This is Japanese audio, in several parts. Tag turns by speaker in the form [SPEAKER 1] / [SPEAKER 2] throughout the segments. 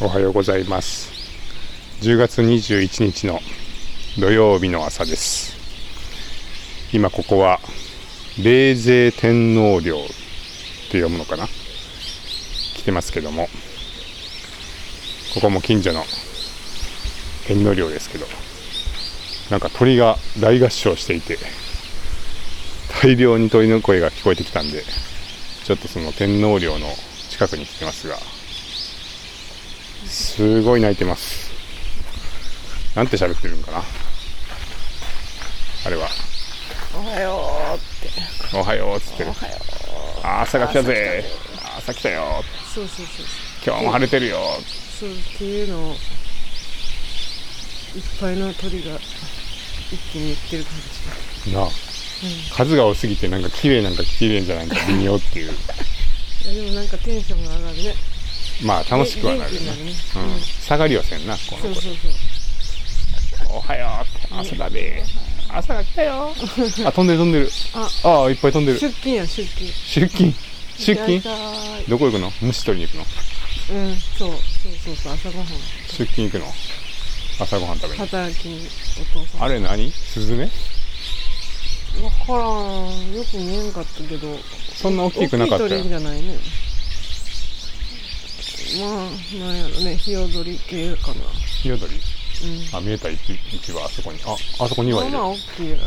[SPEAKER 1] おはようございます10月21日の土曜日の朝です今ここは冷泉天皇陵って読むのかな来てますけどもここも近所の天皇陵ですけどなんか鳥が大合唱していて大量に鳥の声が聞こえてきたんでちょっとその天皇陵の近くに来てますがすごい泣いてますなんて喋ってるんかなあれは
[SPEAKER 2] おはようって
[SPEAKER 1] 「おはよう」っつってる
[SPEAKER 2] おはよ
[SPEAKER 1] 「あー朝が来たぜ朝来たよ
[SPEAKER 2] うそうそうそう
[SPEAKER 1] 今日も晴れてるよ
[SPEAKER 2] そうっていうのをいっぱいの鳥が一気に言ってる感」
[SPEAKER 1] なあ数が多すぎてなんか綺麗なんか綺麗じゃないか微妙っていう
[SPEAKER 2] じいやでもなんかテンションが上がるね
[SPEAKER 1] まあ楽しくはなる
[SPEAKER 2] 元
[SPEAKER 1] よ
[SPEAKER 2] 気にな
[SPEAKER 1] ね
[SPEAKER 2] るね、
[SPEAKER 1] うん、下がりはせんなこ
[SPEAKER 2] そ
[SPEAKER 1] の
[SPEAKER 2] う
[SPEAKER 1] 子
[SPEAKER 2] そうそう
[SPEAKER 1] おはようって朝だべ朝が来たよあ飛んでる飛んでる
[SPEAKER 2] あ
[SPEAKER 1] ああいっぱい飛んでる
[SPEAKER 2] 出勤や出勤
[SPEAKER 1] 出勤出勤
[SPEAKER 2] 痛い
[SPEAKER 1] どこ行くの虫取りに行くの
[SPEAKER 2] うんそうそうそうそう朝ごはん
[SPEAKER 1] 出勤行くの朝ごはん食べに
[SPEAKER 2] 働きにお父さん
[SPEAKER 1] あれ何スズメ
[SPEAKER 2] わからんよく見えんかったけど
[SPEAKER 1] そんな大きくなかった
[SPEAKER 2] 大きい鳥じゃないねまあなんやろねヒヨドリ系かな
[SPEAKER 1] ヒヨドリ
[SPEAKER 2] うん
[SPEAKER 1] あ見えた一一羽あそこにああそこに
[SPEAKER 2] ま
[SPEAKER 1] は
[SPEAKER 2] あ
[SPEAKER 1] いる
[SPEAKER 2] まあ大きいやろ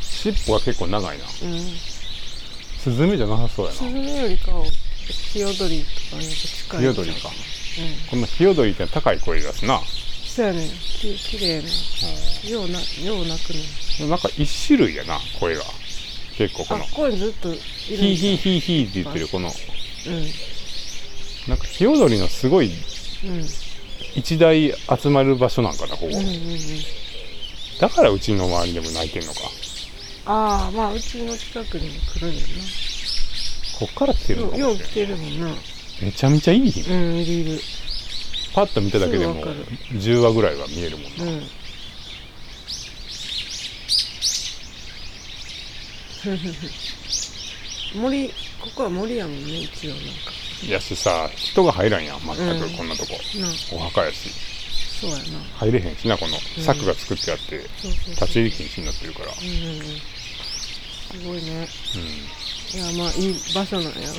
[SPEAKER 1] 尻尾が結構長いな
[SPEAKER 2] うん
[SPEAKER 1] スズメじゃなさそうや
[SPEAKER 2] スズ
[SPEAKER 1] な
[SPEAKER 2] メよりかはヒヨドリとかに近い
[SPEAKER 1] ヒヨドリか
[SPEAKER 2] うん
[SPEAKER 1] このヒヨドリって高い声出すな、
[SPEAKER 2] そうやねききれいなようなよう鳴くね
[SPEAKER 1] うん、なんか一種類やな声が結構こ
[SPEAKER 2] あ
[SPEAKER 1] の
[SPEAKER 2] ここにずっといる
[SPEAKER 1] ヒ
[SPEAKER 2] ん
[SPEAKER 1] ー
[SPEAKER 2] だ
[SPEAKER 1] ヒーヒーヒーって言ってるこの
[SPEAKER 2] う
[SPEAKER 1] なんかヒヨドリのすごい
[SPEAKER 2] んうん
[SPEAKER 1] 一大集まる場所なんかなここ、
[SPEAKER 2] うんうんうん
[SPEAKER 1] だからうちの周りでも泣いてんのか
[SPEAKER 2] ああまあうちの近くにも来るんや
[SPEAKER 1] こっから来て
[SPEAKER 2] な
[SPEAKER 1] るの
[SPEAKER 2] よ
[SPEAKER 1] か
[SPEAKER 2] う
[SPEAKER 1] も
[SPEAKER 2] よう
[SPEAKER 1] しれ
[SPEAKER 2] 来
[SPEAKER 1] ない
[SPEAKER 2] てるもんな
[SPEAKER 1] めちゃめちゃいい日
[SPEAKER 2] うんいるいる
[SPEAKER 1] パッと見ただけでも
[SPEAKER 2] すぐわかる
[SPEAKER 1] 10話ぐらいは見えるもん
[SPEAKER 2] う
[SPEAKER 1] な、
[SPEAKER 2] ん森ここは森やもんね一応なんか
[SPEAKER 1] いやしさ人が入らんやん全
[SPEAKER 2] う
[SPEAKER 1] く
[SPEAKER 2] ん
[SPEAKER 1] こんなとこ、
[SPEAKER 2] な
[SPEAKER 1] お墓やし
[SPEAKER 2] そうやな
[SPEAKER 1] 入れへんしなこの
[SPEAKER 2] うん
[SPEAKER 1] 柵が作ってあって、
[SPEAKER 2] そうそうそ
[SPEAKER 1] 立
[SPEAKER 2] う
[SPEAKER 1] ち入り禁止になってるから、
[SPEAKER 2] うんうんうんすごいね
[SPEAKER 1] う、
[SPEAKER 2] いやまあいい場所なんやろ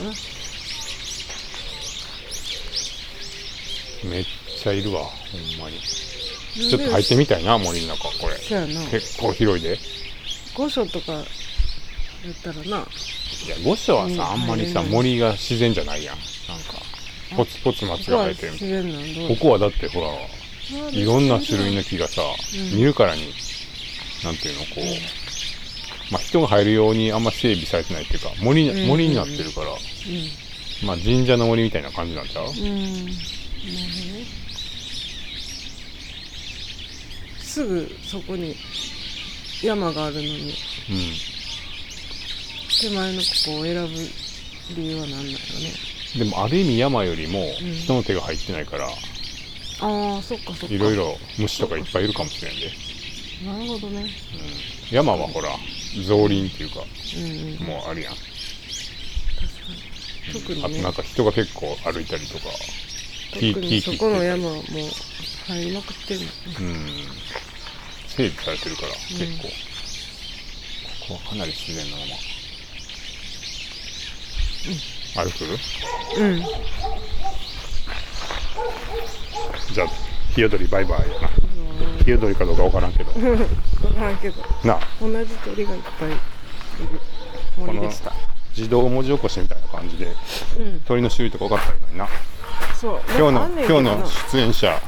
[SPEAKER 2] なん
[SPEAKER 1] めっちゃいるわほんまにち
[SPEAKER 2] ち
[SPEAKER 1] ょっと入ってみたいな森の中これ
[SPEAKER 2] そうやな
[SPEAKER 1] 結構広いで
[SPEAKER 2] 御所とかやったらない
[SPEAKER 1] や御所は
[SPEAKER 2] うん
[SPEAKER 1] さあんまりさ
[SPEAKER 2] 入れない
[SPEAKER 1] 森が自然じゃないやんなんか
[SPEAKER 2] あ
[SPEAKER 1] ポツポツ松
[SPEAKER 2] ここ
[SPEAKER 1] が
[SPEAKER 2] は
[SPEAKER 1] 生えてる
[SPEAKER 2] 自然なんどう
[SPEAKER 1] ここはだってほらいろんな種類の木がさ、
[SPEAKER 2] うん
[SPEAKER 1] 見るからに、なんていうの、こう、
[SPEAKER 2] うん
[SPEAKER 1] まあ人が入るようにあんま整備されてないっていうか、森
[SPEAKER 2] うんうん
[SPEAKER 1] に
[SPEAKER 2] うん
[SPEAKER 1] 森になってるから、まあ神社の森みたいな感じなんちゃう、
[SPEAKER 2] うんうんなるほどねすぐそこに山があるのに
[SPEAKER 1] う
[SPEAKER 2] 手前のここを選ぶ理由は何なんだろね
[SPEAKER 1] ん。でもある意味山よりも
[SPEAKER 2] うん
[SPEAKER 1] 人の手が入ってないから、
[SPEAKER 2] ああそっかそっか
[SPEAKER 1] いろいろ虫とかいっぱいいるかもしれんで、うん。
[SPEAKER 2] なるほどね
[SPEAKER 1] 山はほら、造林っていうか、
[SPEAKER 2] うんうん
[SPEAKER 1] もうあるやん。
[SPEAKER 2] 特に
[SPEAKER 1] あと
[SPEAKER 2] ね
[SPEAKER 1] なんか人が結構歩いたりとか、キー
[SPEAKER 2] 特
[SPEAKER 1] キー
[SPEAKER 2] に
[SPEAKER 1] キ
[SPEAKER 2] そ
[SPEAKER 1] ー
[SPEAKER 2] この山はもう入りまくってるのね
[SPEAKER 1] うん。整備されてるから、
[SPEAKER 2] ん
[SPEAKER 1] 結構。ここはかなり自然なまま。歩く
[SPEAKER 2] うん
[SPEAKER 1] じゃあ、ヒヨドリバイバイやな。ヒヨドリかどうかわからんけど。
[SPEAKER 2] 分からんけど
[SPEAKER 1] なあ、
[SPEAKER 2] 同じ鳥がいっぱいいる
[SPEAKER 1] こ
[SPEAKER 2] 森
[SPEAKER 1] の
[SPEAKER 2] でした
[SPEAKER 1] 自動文字起こしみたいな感じで、
[SPEAKER 2] うん
[SPEAKER 1] 鳥の種類とか分かったらいいのにな。
[SPEAKER 2] そう
[SPEAKER 1] 今日
[SPEAKER 2] なんか
[SPEAKER 1] の、
[SPEAKER 2] あんねんけ
[SPEAKER 1] 今日
[SPEAKER 2] どな
[SPEAKER 1] の出演者、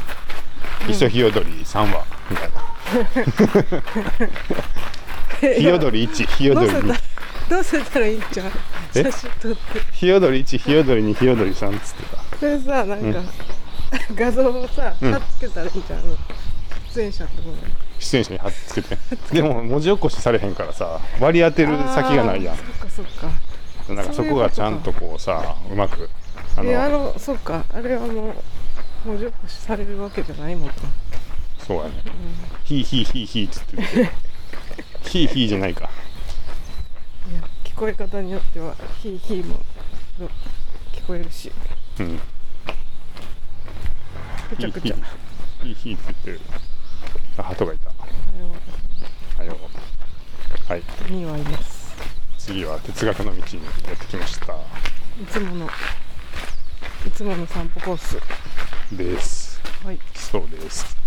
[SPEAKER 1] 一緒ヒヨドリ3羽、みたいな。 ヒヨドリ1、ヒヨドリ2。
[SPEAKER 2] どうせたらいいんちゃう
[SPEAKER 1] え
[SPEAKER 2] 写真撮って
[SPEAKER 1] ヒヨドリ1、ヒヨドリ2、ヒヨドリ3っつってた。
[SPEAKER 2] それさなんか、画像をさ貼っつけたらいいんちゃう、出演者ってこと
[SPEAKER 1] 出演者に貼っつけてでも文字起こしされへんからさ割り当てる先がないや
[SPEAKER 2] あーそっかそっ
[SPEAKER 1] んなんかそこがちゃんとこうさうまくあ
[SPEAKER 2] かいやあ
[SPEAKER 1] の
[SPEAKER 2] のそっかあれはもう文字起こしされるわけじゃないもんな
[SPEAKER 1] そうやねヒーヒーヒーヒーっつって てヒーヒーじゃないか
[SPEAKER 2] いや聞こえ方によってはヒーヒーも聞こえるし
[SPEAKER 1] うん
[SPEAKER 2] くちゃくちゃ
[SPEAKER 1] いいいい火って言ってるあ鳩がいたはようはい
[SPEAKER 2] にはいます
[SPEAKER 1] 次は哲学の道にやってきました
[SPEAKER 2] いつものいつもの散歩コース
[SPEAKER 1] です
[SPEAKER 2] はい
[SPEAKER 1] そうです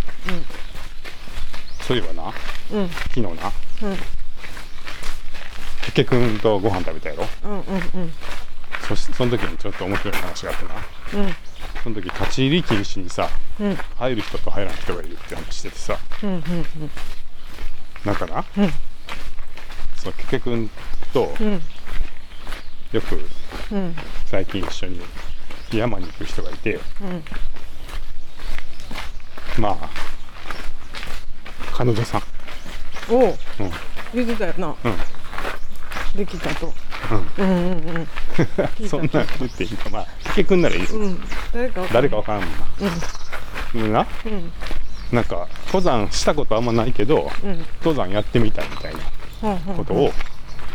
[SPEAKER 1] そういえばな
[SPEAKER 2] うんうん
[SPEAKER 1] 昨日な
[SPEAKER 2] うん
[SPEAKER 1] けけくんとご飯食べたやろ
[SPEAKER 2] うんうんうん
[SPEAKER 1] そしその時にちょっと面白い話があってな
[SPEAKER 2] うん
[SPEAKER 1] その時立ち入り禁止にさ
[SPEAKER 2] うん
[SPEAKER 1] 入る人と入らない人がいるって話しててさ
[SPEAKER 2] うんうん
[SPEAKER 1] なんかな、
[SPEAKER 2] うん
[SPEAKER 1] そのけけくんと
[SPEAKER 2] うん
[SPEAKER 1] よく
[SPEAKER 2] うん
[SPEAKER 1] 最近一緒に山に行く人がいて
[SPEAKER 2] うん
[SPEAKER 1] まあ彼女さん
[SPEAKER 2] おお
[SPEAKER 1] うんうん
[SPEAKER 2] 言ってたよなできたとうんうんうん
[SPEAKER 1] うん そんなん言っていいかまあけけくんならいいよ、
[SPEAKER 2] うん誰かわん
[SPEAKER 1] 誰かわからんもんなうんな
[SPEAKER 2] うん
[SPEAKER 1] なんか登山したことあんまないけど
[SPEAKER 2] うんうん
[SPEAKER 1] 登山やってみたいみたいな
[SPEAKER 2] うん
[SPEAKER 1] ことを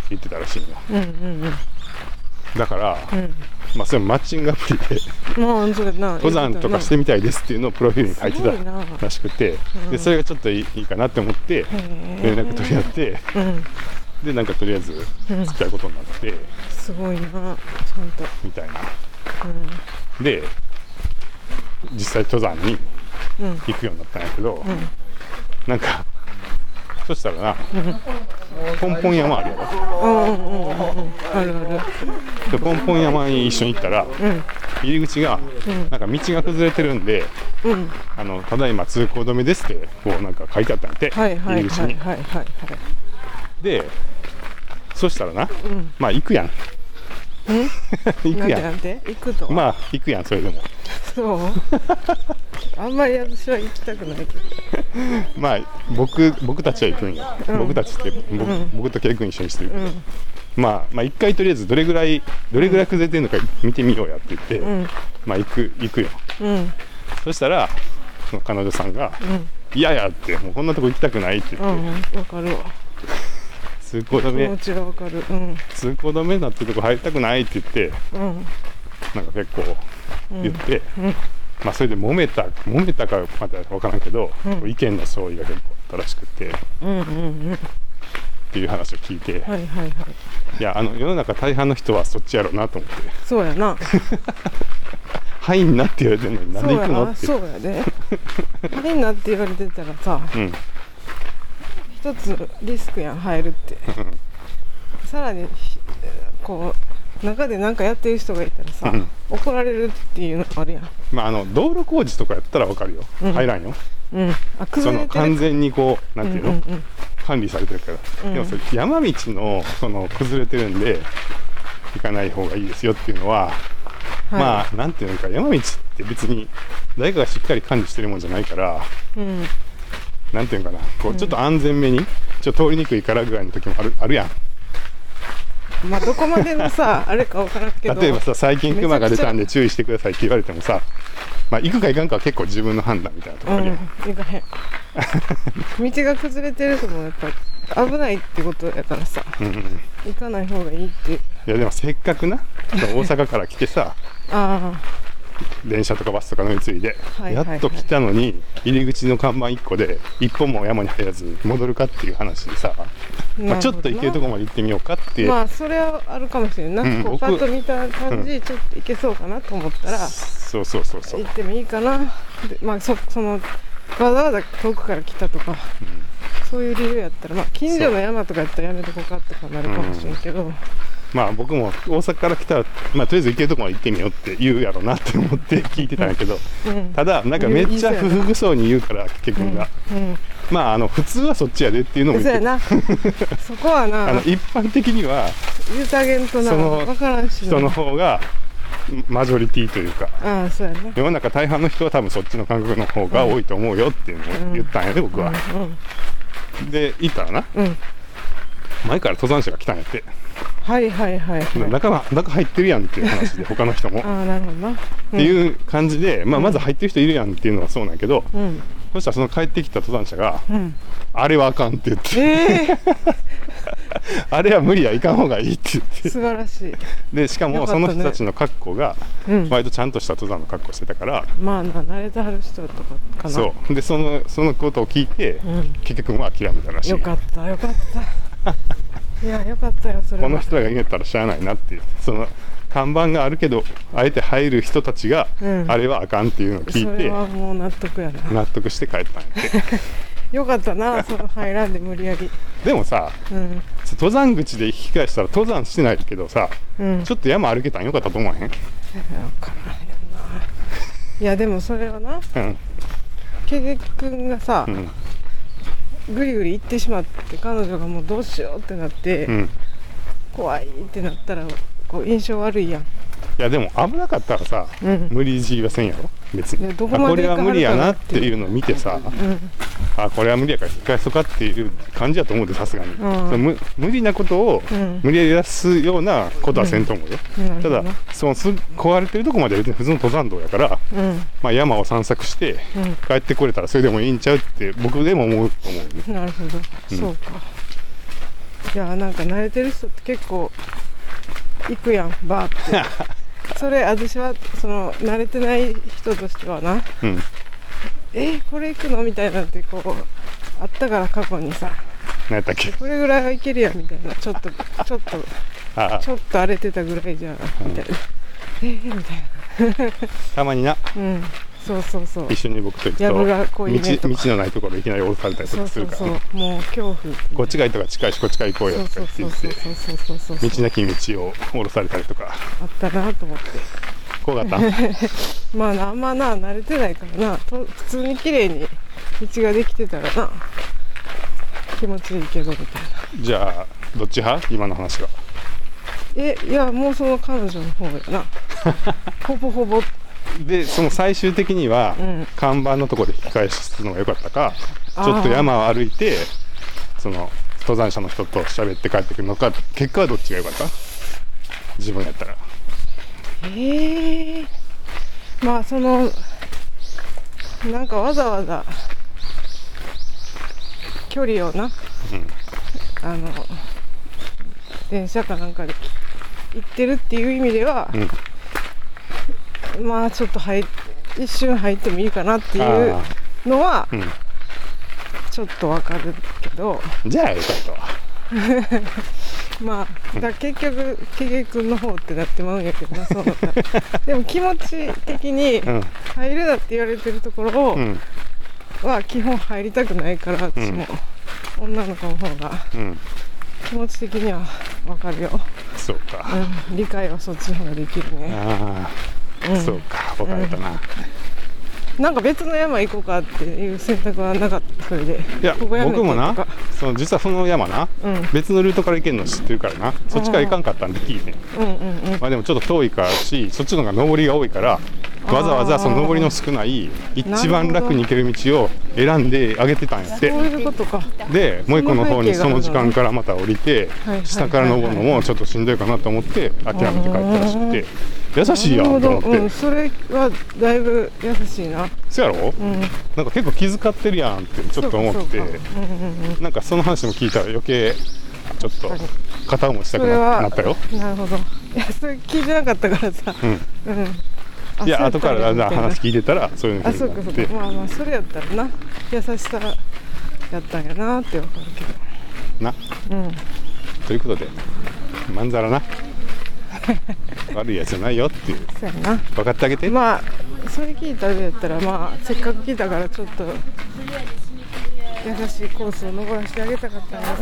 [SPEAKER 1] 言ってたらしいのよ
[SPEAKER 2] うんうんうん
[SPEAKER 1] だから、
[SPEAKER 2] う
[SPEAKER 1] まあそれマッチングアプリで
[SPEAKER 2] んもうそれな
[SPEAKER 1] 登山とかしてみたいですっていうのをプロフィールに書いて
[SPEAKER 2] すごいな
[SPEAKER 1] たらしくて、
[SPEAKER 2] うん
[SPEAKER 1] でそれがちょっといいいいかなって思って連
[SPEAKER 2] 連
[SPEAKER 1] 絡取り合って
[SPEAKER 2] うん
[SPEAKER 1] でなんかとりあえず
[SPEAKER 2] うん
[SPEAKER 1] 付き合うことになって
[SPEAKER 2] すごいなちゃんと
[SPEAKER 1] みたいな
[SPEAKER 2] う
[SPEAKER 1] で実際登山に
[SPEAKER 2] んうん
[SPEAKER 1] 行くようになったんやけど、
[SPEAKER 2] ん
[SPEAKER 1] なんかそしたらなポンポン山あるやろ
[SPEAKER 2] うんうんうんうんうんあるある
[SPEAKER 1] でポンポン山に一緒に行ったら
[SPEAKER 2] うん
[SPEAKER 1] 入り口が
[SPEAKER 2] ん
[SPEAKER 1] なんか道が崩れてるんで
[SPEAKER 2] うん
[SPEAKER 1] あのただいま通行止めですってこうなんか書いてあったんやて、
[SPEAKER 2] はいは
[SPEAKER 1] 入
[SPEAKER 2] い
[SPEAKER 1] り口
[SPEAKER 2] はい
[SPEAKER 1] に。
[SPEAKER 2] はいはいはい
[SPEAKER 1] でそしたらな、
[SPEAKER 2] ん
[SPEAKER 1] まあ行くやん 行
[SPEAKER 2] な
[SPEAKER 1] く
[SPEAKER 2] んて
[SPEAKER 1] や
[SPEAKER 2] なんんて行くと
[SPEAKER 1] まあ行くやんそれでも
[SPEAKER 2] そうあんまり私は行きたくないけど
[SPEAKER 1] まあ僕僕たちは行くんや、僕たちって僕,、僕とケイ君一緒にしてるけど、まあまあ一回とりあえずどれぐらいどれぐらい崩れてるのか見てみようやって言って、
[SPEAKER 2] ん
[SPEAKER 1] まあ行く行くよ
[SPEAKER 2] うん
[SPEAKER 1] そしたらその彼女さんが「いやいや」って「もうこんなとこ行きたくない」って言
[SPEAKER 2] う
[SPEAKER 1] って、
[SPEAKER 2] んうんわかるわ
[SPEAKER 1] 通行止
[SPEAKER 2] 気
[SPEAKER 1] め
[SPEAKER 2] 持ちがわかるうん
[SPEAKER 1] 通行止めになってるとこ入りたくないって言って
[SPEAKER 2] うん
[SPEAKER 1] なんか結構言って、まあそれで揉めた揉めたかまだ分からんけど、意見の相違が結構あったらしくてっ
[SPEAKER 2] うんうんうん
[SPEAKER 1] ていう話を聞いて、
[SPEAKER 2] はいはいはい
[SPEAKER 1] いやあの世の中大半の人はそっちやろうなと思って「
[SPEAKER 2] そうやな
[SPEAKER 1] はいんな」って言われてるのになん
[SPEAKER 2] そう
[SPEAKER 1] で行
[SPEAKER 2] や
[SPEAKER 1] くの
[SPEAKER 2] な
[SPEAKER 1] って
[SPEAKER 2] そうやで変なって言われてたらさ
[SPEAKER 1] うん
[SPEAKER 2] 一つリスクやん入るってさらにひこう中で何かやってる人がいたらさ、
[SPEAKER 1] うん
[SPEAKER 2] 怒られるっていうのもあるやん
[SPEAKER 1] まああの道路工事とかやったらわかるよ、
[SPEAKER 2] うん
[SPEAKER 1] 入らんよ
[SPEAKER 2] うん
[SPEAKER 1] そ
[SPEAKER 2] あ崩れ
[SPEAKER 1] の
[SPEAKER 2] てる
[SPEAKER 1] 完全にこうなんていうの、
[SPEAKER 2] うんうん
[SPEAKER 1] 管理されてるから、
[SPEAKER 2] うん
[SPEAKER 1] でもそれ山道のその崩れてるんで行かない方がいいですよっていうのは、
[SPEAKER 2] はい
[SPEAKER 1] まあなんていうのか山道って別に誰かがしっかり管理してるもんじゃないから
[SPEAKER 2] うん
[SPEAKER 1] なんていうのかなこうちょっと安全めに、ちょっと通りにくいからぐらいの時もあるあるやん
[SPEAKER 2] まあどこまでのさあれか分からんけど
[SPEAKER 1] 例えばさ最近クマが出たんで注意してくださいって言われてもさ、まあ、行くか行かんかは結構自分の判断みたいなとこ
[SPEAKER 2] う
[SPEAKER 1] ろに、
[SPEAKER 2] んいかへん 道が崩れてるのもやっぱ危ないってことやからさ
[SPEAKER 1] うんうんうんい
[SPEAKER 2] 行かない方がいいって
[SPEAKER 1] やでもせっかくな大阪から来てさ
[SPEAKER 2] あ
[SPEAKER 1] 電車とかバスとか乗り継いで、
[SPEAKER 2] はいはいはい
[SPEAKER 1] やっと来たのに入り口の看板1個で一歩も山に入らず戻るかっていう話でさ、
[SPEAKER 2] あ
[SPEAKER 1] まあ、ちょっと行けるとこ
[SPEAKER 2] ま
[SPEAKER 1] まで行ってみようかって、
[SPEAKER 2] まあそれはあるかもしれんな、
[SPEAKER 1] うん
[SPEAKER 2] こう
[SPEAKER 1] 僕
[SPEAKER 2] パッと見た感じ、ちょっと行けそうかなと思ったら
[SPEAKER 1] そうそうそうそう
[SPEAKER 2] 行ってもいいかなでまあそそのわざわざ遠くから来たとか、そういう理由やったら、まあ、近所の山とかやったらやめとこうかとかなるかもしれんけど、
[SPEAKER 1] まあ僕も大阪から来たら、まあ、とりあえず行けるとこまで行ってみようって言うやろうなって思って聞いてたんやけど、
[SPEAKER 2] うん
[SPEAKER 1] ただなんかめっちゃ不服そうに言うから結局が、
[SPEAKER 2] うん
[SPEAKER 1] まああの普通はそっちやでっていうのも
[SPEAKER 2] そう
[SPEAKER 1] 言っ
[SPEAKER 2] や
[SPEAKER 1] て
[SPEAKER 2] なそこは
[SPEAKER 1] あの
[SPEAKER 2] な
[SPEAKER 1] 一般的には
[SPEAKER 2] 言うたげんとな
[SPEAKER 1] その
[SPEAKER 2] 分からんしな
[SPEAKER 1] 人の方がマジョリティというか
[SPEAKER 2] ああそうやな
[SPEAKER 1] 世の中大半の人は多分そっちの感覚の方が多いと思うよっていうのを言ったんやで、僕は、で行ったらな
[SPEAKER 2] うん、うん、
[SPEAKER 1] 前から登山者が来たんやって、
[SPEAKER 2] はいはいはいはい
[SPEAKER 1] 中は中入ってるやんっていう 話で他の人も、
[SPEAKER 2] ああなるほどな
[SPEAKER 1] っていう感じで、まあ、まず入ってる人いるやんっていうのはそうなんやけど、
[SPEAKER 2] うん
[SPEAKER 1] そしたらその帰ってきた登山者が
[SPEAKER 2] うん
[SPEAKER 1] 「あれはあかん」って言って
[SPEAKER 2] ええ
[SPEAKER 1] あれは無理や行かん方がいいって言って
[SPEAKER 2] 素晴らしい、
[SPEAKER 1] でしか
[SPEAKER 2] よ
[SPEAKER 1] も
[SPEAKER 2] かった
[SPEAKER 1] そ
[SPEAKER 2] ね
[SPEAKER 1] の人たちの格好が
[SPEAKER 2] うん、
[SPEAKER 1] 割とちゃんとした登山の格好してたから、
[SPEAKER 2] まあな慣れてはる人とかかな
[SPEAKER 1] そうでそのそのことを聞いて、
[SPEAKER 2] うん、
[SPEAKER 1] 結局まあ諦めたらしい
[SPEAKER 2] よかったよかったいやよかったよそれは
[SPEAKER 1] この人らが言うんやったらしゃあないなっていうその看板があるけどあえて入る人たちが、
[SPEAKER 2] うん
[SPEAKER 1] あれはあかんっていうのを聞
[SPEAKER 2] そ
[SPEAKER 1] い
[SPEAKER 2] れ
[SPEAKER 1] て
[SPEAKER 2] はもう納得やな
[SPEAKER 1] 納得して帰ったんやって
[SPEAKER 2] よかったなその入らんで無理やり
[SPEAKER 1] でもさ
[SPEAKER 2] うん
[SPEAKER 1] 登山口で引き返したら登山してないけどさ
[SPEAKER 2] うん
[SPEAKER 1] ちょっと山歩けたんよかったと思わへん、
[SPEAKER 2] わからないないやでもそれはな
[SPEAKER 1] うん
[SPEAKER 2] ケゲ君がさ、
[SPEAKER 1] うん
[SPEAKER 2] ぐりぐり行ってしまって彼女がもうどうしようってなって、
[SPEAKER 1] うん、い
[SPEAKER 2] 怖いってなったらこう印象悪いやん、
[SPEAKER 1] やでも危なかったらさ
[SPEAKER 2] うん
[SPEAKER 1] 無理強いはせんやろ別
[SPEAKER 2] いや
[SPEAKER 1] に
[SPEAKER 2] どこ
[SPEAKER 1] あ
[SPEAKER 2] まで
[SPEAKER 1] これは無理やなっていうのを見てさ
[SPEAKER 2] うん、
[SPEAKER 1] あこれは無理やから引き返そうかっていう感じやと思うでさすがに、
[SPEAKER 2] ん
[SPEAKER 1] その無無理なことを
[SPEAKER 2] うん
[SPEAKER 1] 無理やり出すようなことはせんと思うよ、
[SPEAKER 2] なる
[SPEAKER 1] た
[SPEAKER 2] ほど
[SPEAKER 1] だ
[SPEAKER 2] な
[SPEAKER 1] そのす壊れてるとこまでは別に普通の登山道やから、
[SPEAKER 2] うん
[SPEAKER 1] まあ、山を散策して
[SPEAKER 2] うん
[SPEAKER 1] 帰ってこれたらそれでもいいんちゃうって僕でも思うと思うね
[SPEAKER 2] なるほど、
[SPEAKER 1] うん
[SPEAKER 2] そうかいやなんか慣れてる人って結構行くやんバーって それ私はその慣れてない人としてはな
[SPEAKER 1] うん
[SPEAKER 2] えこれ行くのみたいなんてこうあったから過去にさ
[SPEAKER 1] 何やったっけ
[SPEAKER 2] これぐらいはいけるやんみたいなちょっとちょっと
[SPEAKER 1] ああ
[SPEAKER 2] ちょっと荒れてたぐらいじゃんみたいなえーみたい
[SPEAKER 1] たまにな
[SPEAKER 2] なうんそうそうそう
[SPEAKER 1] 一緒に僕と行く
[SPEAKER 2] やぶ
[SPEAKER 1] と
[SPEAKER 2] が
[SPEAKER 1] 道
[SPEAKER 2] 濃いねと
[SPEAKER 1] 道
[SPEAKER 2] か
[SPEAKER 1] のないところいきなり降ろされたりと
[SPEAKER 2] そ
[SPEAKER 1] か
[SPEAKER 2] う
[SPEAKER 1] す
[SPEAKER 2] そ
[SPEAKER 1] る
[SPEAKER 2] う
[SPEAKER 1] から
[SPEAKER 2] そうもう恐怖
[SPEAKER 1] こっちがいとか近いしこっちから行こうよとか
[SPEAKER 2] そう
[SPEAKER 1] 言
[SPEAKER 2] そう
[SPEAKER 1] って
[SPEAKER 2] そ
[SPEAKER 1] 言
[SPEAKER 2] う
[SPEAKER 1] っ
[SPEAKER 2] そうそうそうそう
[SPEAKER 1] て道なき道を降ろされたりとか
[SPEAKER 2] あったなと思って
[SPEAKER 1] 怖かったん
[SPEAKER 2] まあなあんまな慣れてないからなと普通に綺麗に道ができてたらな気持ちいいけどみたいな
[SPEAKER 1] じゃあどっち派今の話は
[SPEAKER 2] えいやもうその彼女の方やなほぼほぼ
[SPEAKER 1] でその最終的には、
[SPEAKER 2] うん
[SPEAKER 1] 看板のところで引き返すのが良かったかち
[SPEAKER 2] あー
[SPEAKER 1] ょっと山を歩いてその登山者の人と喋って帰ってくるのか結果はどっちが良かった自分やったら
[SPEAKER 2] ええまあそのなんかわざわざ距離をな、あの電車かなんかで行ってるっていう意味では、まあちょっと入っ一瞬入ってもいいかなっていう
[SPEAKER 1] あ
[SPEAKER 2] のは
[SPEAKER 1] ー
[SPEAKER 2] ちょっとわかるけど
[SPEAKER 1] うん、じゃあ良かったわ
[SPEAKER 2] まあだ結局けげくんの方ってなってまうんやけどな そうなったらでも気持ち的に
[SPEAKER 1] う
[SPEAKER 2] 入るなって言われてるところを
[SPEAKER 1] んうん
[SPEAKER 2] は基本入りたくないから私も、女の子の方が
[SPEAKER 1] うん
[SPEAKER 2] 気持ち的にはわかるよ、
[SPEAKER 1] そうか、
[SPEAKER 2] うん、理解はそっちの方ができるね、
[SPEAKER 1] ああ、
[SPEAKER 2] うん
[SPEAKER 1] そうか分かれたな、
[SPEAKER 2] なんか別の山行こうかっていう選択はなかったそれで
[SPEAKER 1] いや
[SPEAKER 2] ここやめて
[SPEAKER 1] 僕もな
[SPEAKER 2] とか
[SPEAKER 1] その実はその山な
[SPEAKER 2] うん、うん
[SPEAKER 1] 別のルートから行けるの知ってるからなそっちから行かんかったんで聞いてん
[SPEAKER 2] うんうん
[SPEAKER 1] まあでもちょっと遠いからしそっちの方が上りが多いからわざわざその上りの少ない一番楽に行ける道を選んであげてたんやっ
[SPEAKER 2] そう
[SPEAKER 1] て
[SPEAKER 2] いうことか
[SPEAKER 1] でもう一個の方にその時間からまた降りて
[SPEAKER 2] はいはいはいはい
[SPEAKER 1] 下から登るのもちょっとしんどいかなと思って諦めて帰ったらしくて優しいや
[SPEAKER 2] なるほ
[SPEAKER 1] んと
[SPEAKER 2] ど、
[SPEAKER 1] 思っ
[SPEAKER 2] う
[SPEAKER 1] て
[SPEAKER 2] ん、それはだいぶ優しいな
[SPEAKER 1] そやろ
[SPEAKER 2] うん
[SPEAKER 1] なんか結構気遣ってるやんってちょっと思って
[SPEAKER 2] そうかそうかうんうんうん
[SPEAKER 1] なんかその話も聞いたら余計ちょっと
[SPEAKER 2] 確か
[SPEAKER 1] 片思いした
[SPEAKER 2] そ
[SPEAKER 1] く
[SPEAKER 2] れ
[SPEAKER 1] な
[SPEAKER 2] は
[SPEAKER 1] なったよ。
[SPEAKER 2] なるほどいやそれ聞いてなかったからさ
[SPEAKER 1] うん
[SPEAKER 2] うん、
[SPEAKER 1] いや後からだんだん話
[SPEAKER 2] 聞い
[SPEAKER 1] 聞いてたらそういう
[SPEAKER 2] あ
[SPEAKER 1] 風
[SPEAKER 2] そう
[SPEAKER 1] に
[SPEAKER 2] か
[SPEAKER 1] な
[SPEAKER 2] そ
[SPEAKER 1] っ
[SPEAKER 2] う
[SPEAKER 1] て
[SPEAKER 2] かまあまあそれやったらな優しさやったんやなってわかる
[SPEAKER 1] な
[SPEAKER 2] けどうん
[SPEAKER 1] ということでまんざ らな悪いやつじゃないよっていう
[SPEAKER 2] そうやな
[SPEAKER 1] 分かってあげて、
[SPEAKER 2] まあそれ聞いた上やったらまあせっかく聞いたからちょっと優しいコースを登らせてあげたかったんやなっ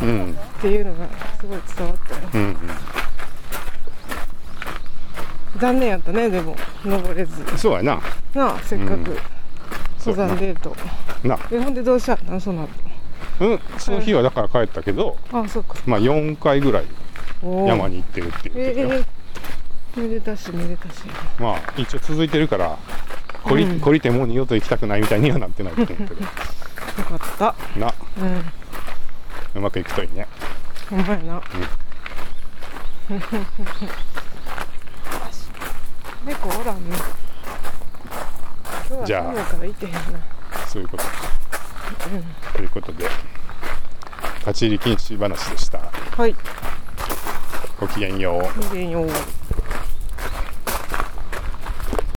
[SPEAKER 1] うんうん
[SPEAKER 2] ていうのがすごい伝わったよ
[SPEAKER 1] うん
[SPEAKER 2] 残念やったねでも登れず
[SPEAKER 1] そうやな
[SPEAKER 2] なあせっかく
[SPEAKER 1] そ
[SPEAKER 2] 登
[SPEAKER 1] うや
[SPEAKER 2] 山デート
[SPEAKER 1] なな
[SPEAKER 2] えほんでどうしちゃったのその後
[SPEAKER 1] うん、その日はだから帰ったけど、
[SPEAKER 2] ああそうか
[SPEAKER 1] まあ、4回ぐらい
[SPEAKER 2] おー
[SPEAKER 1] 山に行ってるっていうことよ
[SPEAKER 2] ええめでたしめでたし
[SPEAKER 1] まあ一応続いてるから懲り,、
[SPEAKER 2] うん
[SPEAKER 1] 懲りてもう二度と行きたくないみたいにはなってないと思う けど
[SPEAKER 2] よかった
[SPEAKER 1] な
[SPEAKER 2] うん
[SPEAKER 1] うまくいくといいね
[SPEAKER 2] ほんまやな、猫おらんね今日
[SPEAKER 1] じ
[SPEAKER 2] は
[SPEAKER 1] ゃあ
[SPEAKER 2] 寒いからいてへんな
[SPEAKER 1] そういうこと、ということで立ち入り禁止話でした
[SPEAKER 2] はい
[SPEAKER 1] ごきげんよう
[SPEAKER 2] ごきげんよう